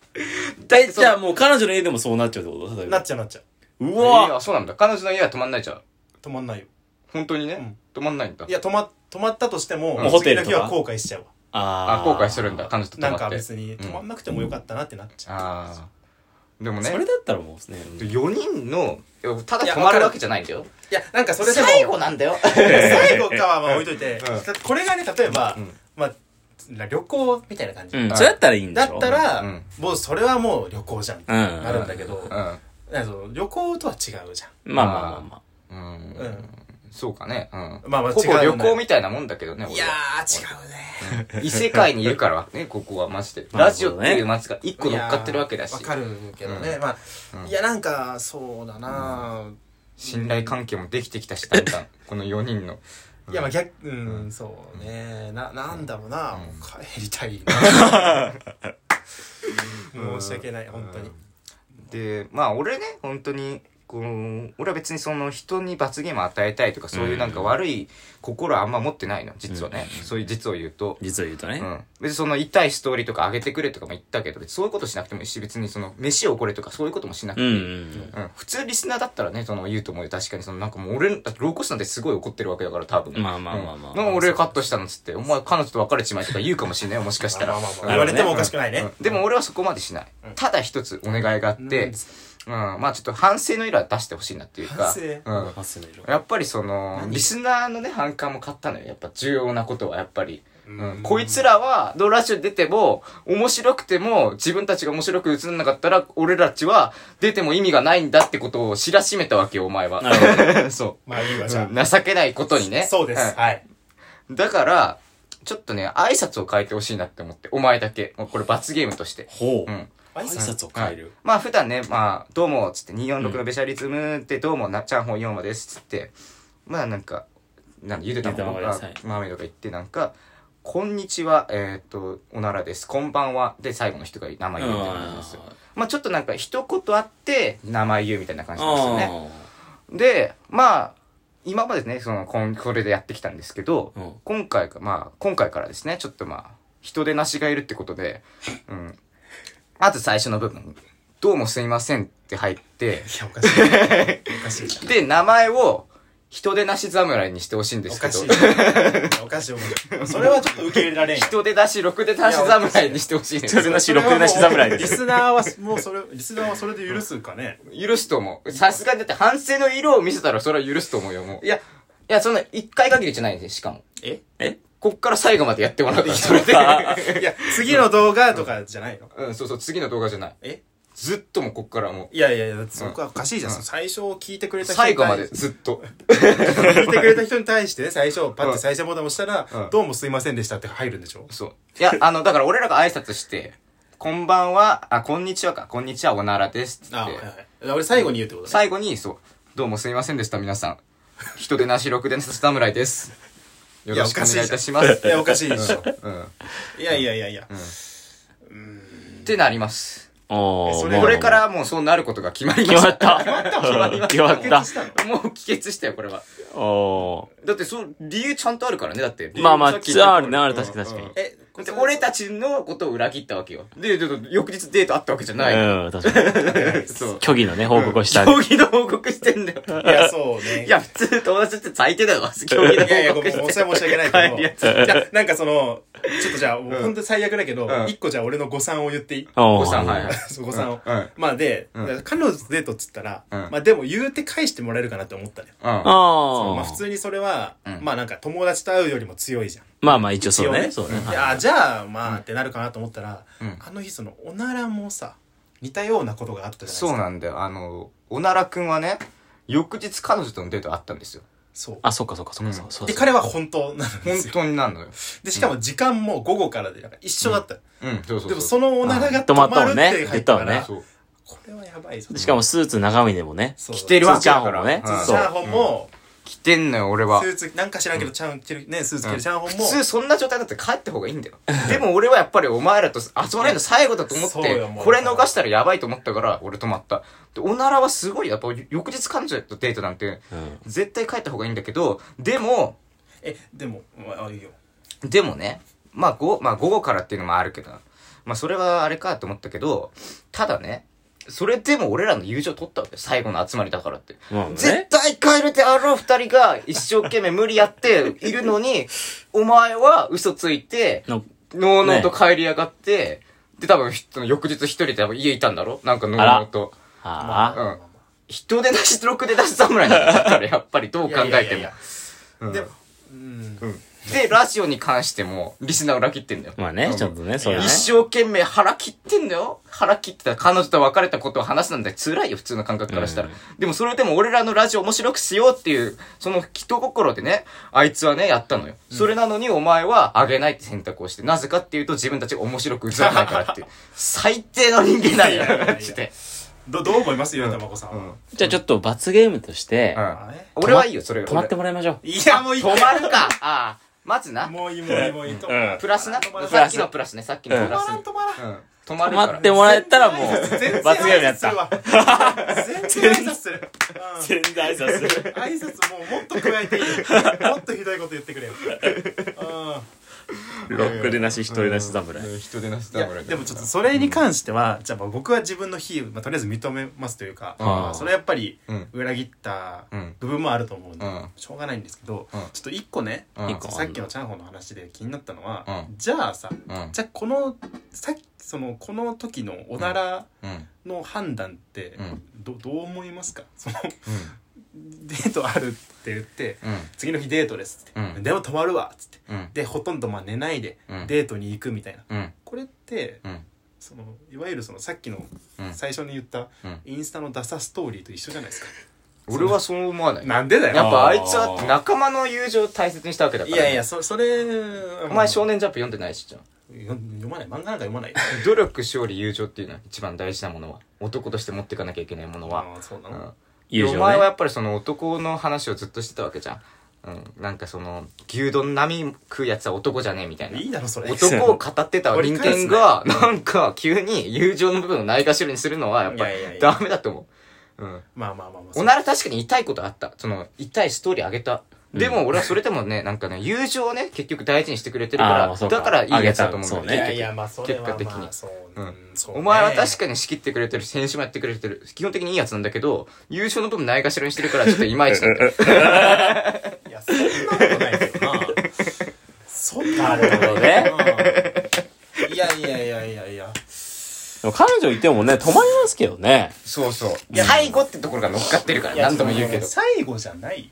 [SPEAKER 1] 大
[SPEAKER 3] じゃあもう彼女の家でもそうなっちゃうってこと例え
[SPEAKER 2] なっ。
[SPEAKER 3] ば
[SPEAKER 2] ちゃうなっちゃう
[SPEAKER 3] う
[SPEAKER 1] う
[SPEAKER 3] わ
[SPEAKER 1] そうなんだ。彼女の家は泊まんないじゃん。
[SPEAKER 2] 止まんないよ
[SPEAKER 1] 本当にね。泊まんないんだ
[SPEAKER 2] い。や止ま止まったとしても、
[SPEAKER 3] うんホ
[SPEAKER 2] 次
[SPEAKER 3] テル
[SPEAKER 2] の
[SPEAKER 3] と
[SPEAKER 2] 日
[SPEAKER 3] か
[SPEAKER 2] は後悔しちゃうわ
[SPEAKER 1] あ、
[SPEAKER 3] あー
[SPEAKER 1] 後悔するんだ。。彼女と
[SPEAKER 2] な
[SPEAKER 1] 泊
[SPEAKER 2] ん
[SPEAKER 1] ま
[SPEAKER 2] か
[SPEAKER 1] って。
[SPEAKER 2] 別に止まんなくてもよかったなってなっちゃう、
[SPEAKER 1] ああ。でも
[SPEAKER 3] そ
[SPEAKER 1] ね
[SPEAKER 3] れ、だったらもうね。うん
[SPEAKER 1] 4人の、いやただ
[SPEAKER 2] いや
[SPEAKER 1] 泊まるわけじゃないんだよ。
[SPEAKER 2] いやなんかそれでも
[SPEAKER 1] 最後なんだよ。
[SPEAKER 2] 最後かはまあ置いといて、
[SPEAKER 1] うん
[SPEAKER 2] だってこれがね例えば、
[SPEAKER 1] うん
[SPEAKER 2] まあ旅行みたいな感じ、
[SPEAKER 3] うん、それだったらいいんで
[SPEAKER 2] だ
[SPEAKER 3] しょ
[SPEAKER 2] った、ら、
[SPEAKER 1] うん
[SPEAKER 2] もうそれはもう旅行じゃん、
[SPEAKER 3] うん。
[SPEAKER 2] なるんだけど、
[SPEAKER 1] うん。
[SPEAKER 2] なんかその旅行とは違うじゃ
[SPEAKER 3] まあまあまあま
[SPEAKER 1] うん
[SPEAKER 2] ん、うん
[SPEAKER 1] そうかね。うん。
[SPEAKER 2] まあまあ
[SPEAKER 1] ほぼ
[SPEAKER 2] 違
[SPEAKER 1] 旅
[SPEAKER 2] うんだよ
[SPEAKER 1] 行みたいなもんだけどね、
[SPEAKER 2] い
[SPEAKER 1] 俺
[SPEAKER 2] や
[SPEAKER 1] は
[SPEAKER 2] ー違うね
[SPEAKER 1] 異世界にいるからね、ここはマジで。
[SPEAKER 3] まあ
[SPEAKER 1] ラジオっていう街が一個乗っかってるわけだし
[SPEAKER 2] わ、かるけどね、まあ、いやなんかそうだな、
[SPEAKER 1] 信頼関係もできてきたし、だんだん、この4人の。うん
[SPEAKER 2] いやまあ逆うん、
[SPEAKER 1] うん
[SPEAKER 2] そうねななんだろうな、
[SPEAKER 1] うん
[SPEAKER 2] もう帰りたいな
[SPEAKER 1] うん
[SPEAKER 2] 申し訳ない本当に、
[SPEAKER 1] でまあ俺ね本当にこの俺は別にその人に罰ゲーム与えたいとかそういうなんか悪い心はあんま持ってないの実はね、そういう実を言うと、
[SPEAKER 3] 実を言うとね
[SPEAKER 1] う。ん、別にその痛いストーリーとか上げてくれとかも言ったけど別にそういうことしなくてもいいし別にその飯をおごれとかそういうこともしなく
[SPEAKER 3] う
[SPEAKER 1] てい
[SPEAKER 3] ん。う
[SPEAKER 1] い、
[SPEAKER 3] ん
[SPEAKER 1] うん普通リスナーだったらね、その言うと思うよ。確かに、そのなんかもう俺、だってローコスなんてすごい怒ってるわけだから、多分。
[SPEAKER 3] まあまあまあまあ
[SPEAKER 1] うんなんか俺カットしたのっつって、お前彼女と別れちまいとか言うかもしれないよ、もしかしたら。
[SPEAKER 2] まあまあまあ
[SPEAKER 1] うん
[SPEAKER 2] 言われてもおかしくないね、
[SPEAKER 1] うんでも俺はそこまでしない。ただ一つお願いがあって、うん、まあちょっと反省の色は出してほしいなっていうか
[SPEAKER 2] 反省、
[SPEAKER 1] うん。
[SPEAKER 4] パスの色
[SPEAKER 1] やっぱりその、リスナーのね、反感も買ったのよ。やっぱ重要なことは、やっぱり。うん、こいつらは、ドラジオ出ても、面白くても、自分たちが面白く映んなかったら、俺たちは、出ても意味がないんだってことを知らしめたわけよ、お前は
[SPEAKER 3] なる。
[SPEAKER 1] そ
[SPEAKER 2] まあいいうわじゃあ、
[SPEAKER 1] うん。情けないことにね。
[SPEAKER 2] そうです、はい
[SPEAKER 1] うんだから、ちょっとね、挨拶を変えてほしいなって思って、お前だけ。もうこれ罰ゲームとして。
[SPEAKER 3] ほ
[SPEAKER 1] う
[SPEAKER 3] う。
[SPEAKER 1] ん。
[SPEAKER 2] 挨
[SPEAKER 3] 挨
[SPEAKER 2] 拶
[SPEAKER 3] 拶を変え
[SPEAKER 1] はい
[SPEAKER 3] る。
[SPEAKER 1] まあ普段ね、まあ、どうも、つって、246のベシャリズムって、どうも、な、ちゃんほんようまです、つって、まあなんか、なんかゆでた
[SPEAKER 3] ゆで
[SPEAKER 1] ま
[SPEAKER 3] 卵
[SPEAKER 1] ま
[SPEAKER 3] ですはい
[SPEAKER 1] 豆とか言って、なんか、こんにちは、えっ、と、おならです、こんばんは、で、最後の人が名前言うみたいな感じですよ。まあちょっとなんか、一言あって、名前言うみたいな感じなんですよね。
[SPEAKER 3] あ
[SPEAKER 1] で、まあ、今までね、その、こん、これでやってきたんですけど、
[SPEAKER 3] うん
[SPEAKER 1] 今回か、まあ、今回からですね、ちょっとまあ、人手なしがいるってことで、うん。まず最初の部分、どうもすいませんって入って、
[SPEAKER 2] いやおかしいおかしい
[SPEAKER 1] で、名前を、人手なし侍にしてほしいんで
[SPEAKER 2] お
[SPEAKER 1] すけ
[SPEAKER 2] かしい
[SPEAKER 1] ど、
[SPEAKER 2] おかしいおかしいそれはちょっと受け入れられんよ
[SPEAKER 1] 人手なし、ろくでなし侍にしてほしいんです
[SPEAKER 3] 人手なし、ろくでなし侍で
[SPEAKER 4] リ
[SPEAKER 3] す。
[SPEAKER 4] スナーはもうそ れリスナーはそれで許すかね
[SPEAKER 1] 許すと思う。さすがにだって反省の色を見せたらそれは許すと思うよ、もう。いや、いや、そんな一回限りじゃないんです、しかも。
[SPEAKER 2] え
[SPEAKER 3] え
[SPEAKER 1] こっから最後までやってもらうから、そ れで。
[SPEAKER 2] いや次の動画とかじゃないの
[SPEAKER 1] うん、そうそう、次の動画じゃない。
[SPEAKER 2] え
[SPEAKER 1] ずっともうこっからも
[SPEAKER 2] いやいやいやだってそこはおかしいじゃん、
[SPEAKER 1] うん
[SPEAKER 2] 最初聞いてくれ
[SPEAKER 1] う、
[SPEAKER 2] た人に
[SPEAKER 1] 最後まで
[SPEAKER 2] 対
[SPEAKER 1] ずっと。
[SPEAKER 2] して聞いてくれた人に対してね最初パッて最初ボタン押したら、
[SPEAKER 1] うん
[SPEAKER 2] どうもすいませんでしたって入るんでしょ
[SPEAKER 1] そう。い や、あの、だから俺らが挨拶して、こんばんは、あ、こんにちはか、こんにちは、おならですっつって、
[SPEAKER 2] い俺最後に言うってことね
[SPEAKER 1] 最後に、そう、どうもすいませんでした、皆さん。人手なし、ろくでなし侍です。よろしくお願いいたします。
[SPEAKER 2] いやおかしいでしょ
[SPEAKER 1] うん。っ
[SPEAKER 2] いやいやいやいや、
[SPEAKER 1] てなります。
[SPEAKER 3] お
[SPEAKER 2] そ
[SPEAKER 3] ー
[SPEAKER 2] れ
[SPEAKER 3] まあ
[SPEAKER 1] これからもうそうなることが決まりま
[SPEAKER 3] 決
[SPEAKER 1] し
[SPEAKER 3] ま
[SPEAKER 1] た。
[SPEAKER 3] った。決まった。
[SPEAKER 1] もう帰結したよ、これは。
[SPEAKER 3] お
[SPEAKER 1] だって、そう、理由ちゃんとあるからね、だって。
[SPEAKER 3] ーまあまあ、
[SPEAKER 1] さっき
[SPEAKER 3] ツ
[SPEAKER 1] 言った
[SPEAKER 3] ア
[SPEAKER 1] 通
[SPEAKER 3] ー
[SPEAKER 1] り
[SPEAKER 3] ね、あれ確かに確かに。
[SPEAKER 2] え
[SPEAKER 1] だって俺たちのことを裏切ったわけよ。で、ちょっと翌日デートあったわけじゃない。
[SPEAKER 3] うん、確かに。
[SPEAKER 1] そう。
[SPEAKER 3] 虚偽のね、報告をした。
[SPEAKER 1] 競技の報告してんだよ。
[SPEAKER 2] いやそうね
[SPEAKER 1] いや、普通友達って最低だよ。競技の
[SPEAKER 2] いやいや、
[SPEAKER 1] 報
[SPEAKER 2] ご
[SPEAKER 1] 告
[SPEAKER 2] めん、
[SPEAKER 1] し
[SPEAKER 2] そ
[SPEAKER 1] て
[SPEAKER 2] れ。は申し訳ないけ
[SPEAKER 1] 帰
[SPEAKER 2] ど。
[SPEAKER 1] る
[SPEAKER 2] い
[SPEAKER 1] や
[SPEAKER 2] や、なんかその、ちょっとじゃあ、もう本当に最悪だけど
[SPEAKER 1] う、ん
[SPEAKER 2] 一個じゃあ俺の誤算を言っていい
[SPEAKER 3] お
[SPEAKER 1] お
[SPEAKER 3] ー
[SPEAKER 1] 子さん、はいはい。
[SPEAKER 2] そう誤算を
[SPEAKER 1] うんうん。
[SPEAKER 2] まあで、
[SPEAKER 1] うん
[SPEAKER 2] だから彼女とデートっつったら、
[SPEAKER 1] うん
[SPEAKER 2] まあでも言うて返してもらえるかなって思ったね。
[SPEAKER 1] うん。
[SPEAKER 3] ああ。
[SPEAKER 2] まあ普通にそれは
[SPEAKER 1] うん、
[SPEAKER 2] まあなんか友達と会うよりも強いじゃん。
[SPEAKER 3] まあまあ、一応そう
[SPEAKER 2] 一応
[SPEAKER 3] ね。
[SPEAKER 2] ね
[SPEAKER 3] そうね。
[SPEAKER 2] いや、じゃあまあってなるかなと思ったら
[SPEAKER 1] うん、
[SPEAKER 2] あの日その、おならもさ、似たようなことがあったじゃないですか。
[SPEAKER 1] そうなんだよ。あの、おならくんはね、翌日彼女とのデートあったんですよ。
[SPEAKER 2] そ。
[SPEAKER 3] あ、そっかそっかそっかそうう。そうう
[SPEAKER 2] で、
[SPEAKER 3] だ
[SPEAKER 2] 彼は本当なんで
[SPEAKER 1] 本
[SPEAKER 2] すよ。
[SPEAKER 1] 当になんのよ。
[SPEAKER 2] で、しかも時間も午後からで、なんか一緒だった。
[SPEAKER 1] うん、そうそうそう。
[SPEAKER 2] でもそのおならが
[SPEAKER 3] あ止ま
[SPEAKER 2] 止
[SPEAKER 3] った
[SPEAKER 2] まる
[SPEAKER 3] も
[SPEAKER 2] っ
[SPEAKER 3] んね
[SPEAKER 2] て入ったか
[SPEAKER 3] 言ったもん
[SPEAKER 2] ら
[SPEAKER 3] ね、
[SPEAKER 1] そう。
[SPEAKER 2] これはやばいぞ
[SPEAKER 3] しかもスーツ中身でもね。
[SPEAKER 2] そう
[SPEAKER 1] 着てるわけだから。
[SPEAKER 3] そうチャンホン
[SPEAKER 1] うん
[SPEAKER 2] チャーホ
[SPEAKER 3] もね
[SPEAKER 2] ンも、
[SPEAKER 1] 着てんのよ、俺は
[SPEAKER 2] ス。ーツ、なんか知らんけど、チャン、着る、ね、スーツ着るチャーホン
[SPEAKER 1] 普
[SPEAKER 2] も、
[SPEAKER 1] 通そんな状態だって帰った方がいいんだよ。 でも俺はやっぱりお前らと遊べるの最後だと思っ
[SPEAKER 2] そうよ
[SPEAKER 1] て
[SPEAKER 2] も、う
[SPEAKER 1] これ逃したらやばいと思ったから俺止まった。で、おならはすごい、やっぱ翌日彼女とデートなんて、
[SPEAKER 3] うん。
[SPEAKER 1] 絶対帰った方がいいんだけど、でも、
[SPEAKER 2] え、でも、あ、あいいよ。
[SPEAKER 1] でもね、まあ、ご、まあ、午後からっていうのもあるけど、まあ、それはあれかと思ったけど、ただね、それでも俺らの友情取ったわけよ。最後の集まりだからって。
[SPEAKER 3] まあね
[SPEAKER 1] 絶対帰るであろう二人が一生懸命無理やっているのに、お前は嘘ついて、
[SPEAKER 3] の
[SPEAKER 1] のうのうと帰りやがって、で、多分、その翌日一人で多分家いたんだろなんかのうのうと。
[SPEAKER 3] あ
[SPEAKER 1] うん。人でなし、ろくでなし侍なんだから、やっぱりどう
[SPEAKER 2] い
[SPEAKER 1] 考
[SPEAKER 2] やいや
[SPEAKER 1] え
[SPEAKER 2] い
[SPEAKER 1] て
[SPEAKER 2] やい
[SPEAKER 1] も
[SPEAKER 2] や。。
[SPEAKER 1] うん
[SPEAKER 2] でも、うん。
[SPEAKER 1] で、ラジオに関しても、リスナーを裏切ってんだよ。
[SPEAKER 3] あ。まあね、ちょっとね、そうだね
[SPEAKER 1] 一。生懸命腹切ってんだよ腹切ってた彼女と別れたことを話すなんて辛いよ、普通の感覚からしたら。でもそれでも俺らのラジオ面白くしようっていう、その人心でね、あいつはね、やったのよ。それなのにお前はあげないって選択をして、なぜかっていうと自分たちが面白く映らないからっていう。最低の人間なんだよ、マジで。
[SPEAKER 2] どどう思います岩田真子さん
[SPEAKER 1] う
[SPEAKER 2] は、
[SPEAKER 1] ん。
[SPEAKER 3] じゃあちょっと罰ゲームとして、
[SPEAKER 2] あれ
[SPEAKER 1] 俺はいいよ、それ。
[SPEAKER 3] 止まってもらいましょう。
[SPEAKER 2] いやもういい
[SPEAKER 1] 俺止まるか。 ああ、まずな。
[SPEAKER 2] もういいもういいもういいと、
[SPEAKER 3] うん
[SPEAKER 1] プラスな。
[SPEAKER 2] 止まらん
[SPEAKER 1] さっきのプラスね、さっきのプ
[SPEAKER 2] 止
[SPEAKER 1] ラ
[SPEAKER 2] ま
[SPEAKER 1] ス
[SPEAKER 2] らん。止まらん
[SPEAKER 1] うん止ま
[SPEAKER 3] 止
[SPEAKER 1] るから。
[SPEAKER 3] まってもらえたらも
[SPEAKER 2] 全然
[SPEAKER 3] う、罰ゲームやった。
[SPEAKER 2] 全然挨拶するわ
[SPEAKER 3] 全然挨拶する。
[SPEAKER 2] うん挨拶もうもっと加えていいよもっとひどいこと言ってくれよ、うん
[SPEAKER 3] ロックでなし、一人なし侍。
[SPEAKER 1] うん人でなし
[SPEAKER 2] い
[SPEAKER 1] だ
[SPEAKER 2] や
[SPEAKER 1] から
[SPEAKER 2] でもちょっとそれに関しては、じゃあまあ僕は自分の非、まあ、とりあえず認めますというか、
[SPEAKER 1] あー
[SPEAKER 2] それはやっぱり
[SPEAKER 1] うん
[SPEAKER 2] 裏切った
[SPEAKER 1] うん
[SPEAKER 2] 部分もあると思うんで、
[SPEAKER 1] うん
[SPEAKER 2] しょうがないんですけど、
[SPEAKER 1] うん
[SPEAKER 2] ちょっと一個ね、
[SPEAKER 1] うん
[SPEAKER 3] 一個
[SPEAKER 2] さっきのチャンホの話で気になったのは、
[SPEAKER 1] う
[SPEAKER 2] じゃあさ
[SPEAKER 1] うん
[SPEAKER 2] じゃあこのさっきそのこの時のおなら
[SPEAKER 1] うん
[SPEAKER 2] の判断って
[SPEAKER 1] うん
[SPEAKER 2] ど,、どう思いますかその
[SPEAKER 1] うん
[SPEAKER 2] デートあるって言って
[SPEAKER 1] うん
[SPEAKER 2] 次の日デートですって、
[SPEAKER 1] うん
[SPEAKER 2] でも泊まるわっつって
[SPEAKER 1] うん
[SPEAKER 2] でほとんどまあ寝ないで
[SPEAKER 1] うん
[SPEAKER 2] デートに行くみたいな、
[SPEAKER 1] うん
[SPEAKER 2] これって
[SPEAKER 1] うん
[SPEAKER 2] そのいわゆるそのさっきの
[SPEAKER 1] うん
[SPEAKER 2] 最初に言った
[SPEAKER 1] うん
[SPEAKER 2] インスタのダサストーリーと一緒じゃないですか、
[SPEAKER 1] 俺はそう思わない
[SPEAKER 2] なんでだ
[SPEAKER 1] やっ
[SPEAKER 2] よ
[SPEAKER 1] ぱあいつはだって仲間の友情を大切にしたわけだか
[SPEAKER 2] い
[SPEAKER 1] ら
[SPEAKER 2] やいやそそれ
[SPEAKER 1] お前少
[SPEAKER 2] 年
[SPEAKER 1] 年ジャンプ読んでないしじゃん
[SPEAKER 2] 読まない漫画なんか読まない
[SPEAKER 1] 努力勝利友情っていうのは一番大事なものは男として持っていかなきゃいけないものは、
[SPEAKER 2] あー そうな
[SPEAKER 1] う
[SPEAKER 2] の
[SPEAKER 1] ん
[SPEAKER 3] 友
[SPEAKER 1] お
[SPEAKER 3] 情
[SPEAKER 1] 前はや
[SPEAKER 3] ね。
[SPEAKER 1] っぱりその男の話をずっとしてたわけじゃん、うん、なんかその牛丼並み食うやつは男じゃねえみたいない
[SPEAKER 2] いだろそれ
[SPEAKER 1] 男を語ってた
[SPEAKER 2] 折
[SPEAKER 1] 人
[SPEAKER 2] り返すね
[SPEAKER 1] 間が、なんか急に友情の部分をないがしろにするのはやっぱり
[SPEAKER 2] いやいやいや
[SPEAKER 1] ダメだと思う。うん。
[SPEAKER 2] まあまあまあまあ
[SPEAKER 1] おなら確かに痛いことあった。その、痛いストーリーあげた。でも俺はそれでもね、 なんかね、友情をね、結局大事にしてくれてる
[SPEAKER 3] あー
[SPEAKER 1] か
[SPEAKER 3] そ
[SPEAKER 1] ら、
[SPEAKER 3] うか
[SPEAKER 1] だからいいやつだと思うんだよ
[SPEAKER 3] あげたそう
[SPEAKER 1] 結
[SPEAKER 2] いやい
[SPEAKER 3] ね
[SPEAKER 1] 局
[SPEAKER 2] やまあそれはまあ
[SPEAKER 1] 結果的に
[SPEAKER 2] そう、
[SPEAKER 1] うん
[SPEAKER 2] うんそうね
[SPEAKER 1] お前は確かに仕切ってくれてるし、先週もやってくれてる。基本的にいいやつなんだけど、友情の部分ないがしろにしてるから、ちょっといまいちだ った。
[SPEAKER 2] いやそんなことないけどなそんなこと
[SPEAKER 3] なるほどね
[SPEAKER 2] うんいやいやいやいやいや
[SPEAKER 3] でも彼女いてもね、止まりますけどね。
[SPEAKER 1] そうそう。最後ってところが乗っかってるから、何度も言うけど。
[SPEAKER 2] 最後じゃない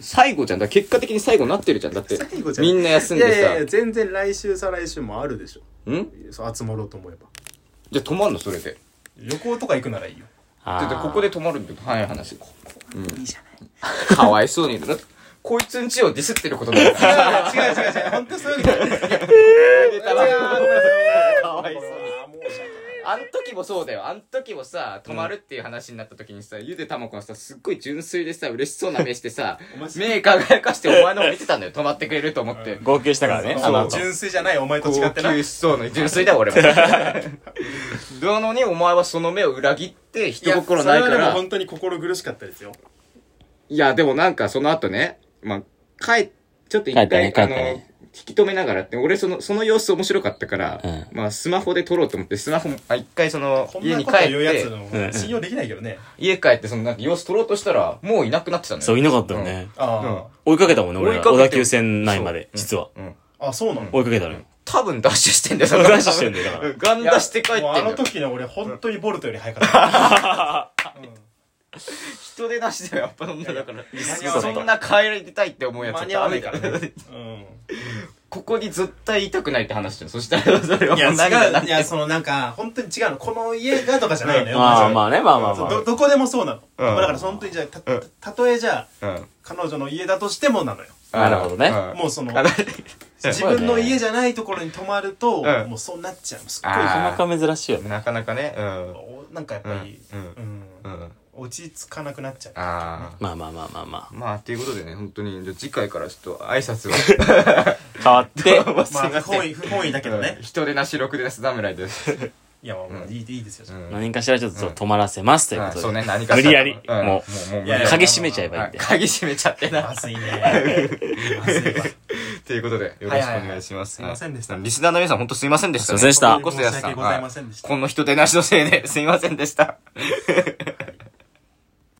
[SPEAKER 1] 最後じゃん。だから結果的に最後になってるじゃん。だって
[SPEAKER 2] 最後、じゃん
[SPEAKER 1] みんな休んでさ。
[SPEAKER 2] 全然来週再来週もあるでしょ
[SPEAKER 1] ん
[SPEAKER 2] そう集まろうと思えば
[SPEAKER 1] じゃあ止まんのそれで。
[SPEAKER 2] 旅行とか行くならいいよ
[SPEAKER 3] あ
[SPEAKER 1] だってここ
[SPEAKER 3] で。
[SPEAKER 1] で止まるんだよ早い 話うん、かわいそうにだってこいつんちをディスってること だか
[SPEAKER 2] 違う
[SPEAKER 1] ら
[SPEAKER 2] 違う違う 本当そういうわけじゃない
[SPEAKER 1] かわい そうに
[SPEAKER 2] う
[SPEAKER 1] あん時もそうだよあん時もさ止まるっていう話になった時にさ、ゆでたまこがさすっごい純粋でさ嬉しそうな目してさ目輝かしてお前のを見てたんだよ止まってくれると思って、
[SPEAKER 3] 号泣したからね、あの後。
[SPEAKER 2] 純粋じゃないお前と違
[SPEAKER 1] 高
[SPEAKER 2] ってな
[SPEAKER 1] 級しそうな純粋だよ俺は なのにお前はその目を裏切って人心ないか
[SPEAKER 2] いやそれはでも
[SPEAKER 1] ら
[SPEAKER 2] 本当に心苦しかったですよ
[SPEAKER 1] いや、でもなんかその後ね、まあ、帰、ちょっと一回、
[SPEAKER 3] 帰ったね帰
[SPEAKER 1] あ
[SPEAKER 3] った
[SPEAKER 1] の、
[SPEAKER 3] ね
[SPEAKER 1] 引き止めながらって、俺その、その様子面白かったから、
[SPEAKER 3] うん
[SPEAKER 1] まあ、スマホで撮ろうと思って、スマホも、あ、一回その
[SPEAKER 2] こ、ん
[SPEAKER 1] 家
[SPEAKER 2] な
[SPEAKER 1] に
[SPEAKER 2] こ
[SPEAKER 1] 帰
[SPEAKER 2] と
[SPEAKER 1] っ
[SPEAKER 2] 言うや
[SPEAKER 1] て、
[SPEAKER 2] つの
[SPEAKER 3] うん
[SPEAKER 2] 信用できないけどね
[SPEAKER 1] 家帰ってそのなんか様子撮ろうとしたら、もういなくなってたのよ。
[SPEAKER 3] そう、いなかったよね。
[SPEAKER 2] あ
[SPEAKER 3] 追いかけたもんね、俺ら。
[SPEAKER 1] 追いかけ
[SPEAKER 3] 小
[SPEAKER 1] て
[SPEAKER 3] 田急線内まで、
[SPEAKER 1] そう
[SPEAKER 3] 実は。
[SPEAKER 1] うん。
[SPEAKER 2] ああそうなの
[SPEAKER 3] 追いかけたのよ。
[SPEAKER 1] 多分ダッシュしてんだよ、その
[SPEAKER 3] ダッシュしてんだよだから
[SPEAKER 1] うん ガンダッシュして帰ってん
[SPEAKER 2] もう
[SPEAKER 1] だ
[SPEAKER 2] あ
[SPEAKER 1] よ
[SPEAKER 2] の。時の俺本当にボルトより早かった
[SPEAKER 1] 人でなしだよ、やっぱ女だから。
[SPEAKER 2] 間に合わ
[SPEAKER 1] そ
[SPEAKER 2] ない
[SPEAKER 1] んな帰りたいって思うやつ
[SPEAKER 2] 間に合わないから
[SPEAKER 1] ダメだ
[SPEAKER 2] ね
[SPEAKER 1] よ
[SPEAKER 2] うん
[SPEAKER 1] ここに絶対言いたくないって話してる。そしたら、それはもう
[SPEAKER 2] いや、違
[SPEAKER 1] 涙な
[SPEAKER 2] う、いや、そのなんか、本当に違うの。この家がとかじゃないのよ。
[SPEAKER 3] まあ
[SPEAKER 2] マ
[SPEAKER 3] まあね、まあまあ
[SPEAKER 2] ジで
[SPEAKER 3] ま
[SPEAKER 2] ど、どこでもそうなの。
[SPEAKER 1] うん
[SPEAKER 2] だから本当にじゃあた、
[SPEAKER 1] うん
[SPEAKER 2] たたとえじゃあ、
[SPEAKER 1] うん。
[SPEAKER 2] 彼女の家だとしてもなのよ。
[SPEAKER 3] あ。なるほどね。
[SPEAKER 1] うん
[SPEAKER 2] もうその、
[SPEAKER 1] あの
[SPEAKER 2] 自分の家じゃないところに泊まると、
[SPEAKER 1] うん
[SPEAKER 2] もうそうなっちゃう。すっ
[SPEAKER 1] あー
[SPEAKER 3] なかなか珍しいよね。
[SPEAKER 1] なかなかね、うん。
[SPEAKER 2] ごい、おなんかやっぱり、
[SPEAKER 1] う
[SPEAKER 2] うんん、
[SPEAKER 1] うん。
[SPEAKER 2] 落ち着かなくなっちゃう。
[SPEAKER 1] ああ。
[SPEAKER 3] まあまあまあまあま
[SPEAKER 1] まあ、ということでね、本当に、じゃあ次回からちょっと挨拶を。
[SPEAKER 3] あ。変わって、
[SPEAKER 2] まあ、不本意、不本意 だけどね。
[SPEAKER 1] 人でなし、六でなし、侍です。
[SPEAKER 2] いや、まあまあ、いい、いいですよ。
[SPEAKER 1] うん
[SPEAKER 3] 何かしらちょっと止まらせますという
[SPEAKER 1] あ
[SPEAKER 3] こ
[SPEAKER 1] あ
[SPEAKER 3] とで。
[SPEAKER 1] そうね、何かしら
[SPEAKER 3] 無理やり
[SPEAKER 1] うん
[SPEAKER 3] も
[SPEAKER 1] もう、もう
[SPEAKER 2] いやいや
[SPEAKER 3] 鍵閉めちゃえばいいん
[SPEAKER 1] はい
[SPEAKER 3] で。
[SPEAKER 1] 鍵閉めちゃって
[SPEAKER 2] ま
[SPEAKER 1] な。
[SPEAKER 2] ずいね。まずいわ。
[SPEAKER 1] ということで、よろしくお願いします。
[SPEAKER 2] はいはいはいすいませんでした
[SPEAKER 1] リスナーの皆さん、本当すいませんでしたね。
[SPEAKER 3] すいませんでした
[SPEAKER 1] こそやすさん
[SPEAKER 2] 申し訳ございませんでした
[SPEAKER 1] はいこの人でなしのせいで、すいませんでした。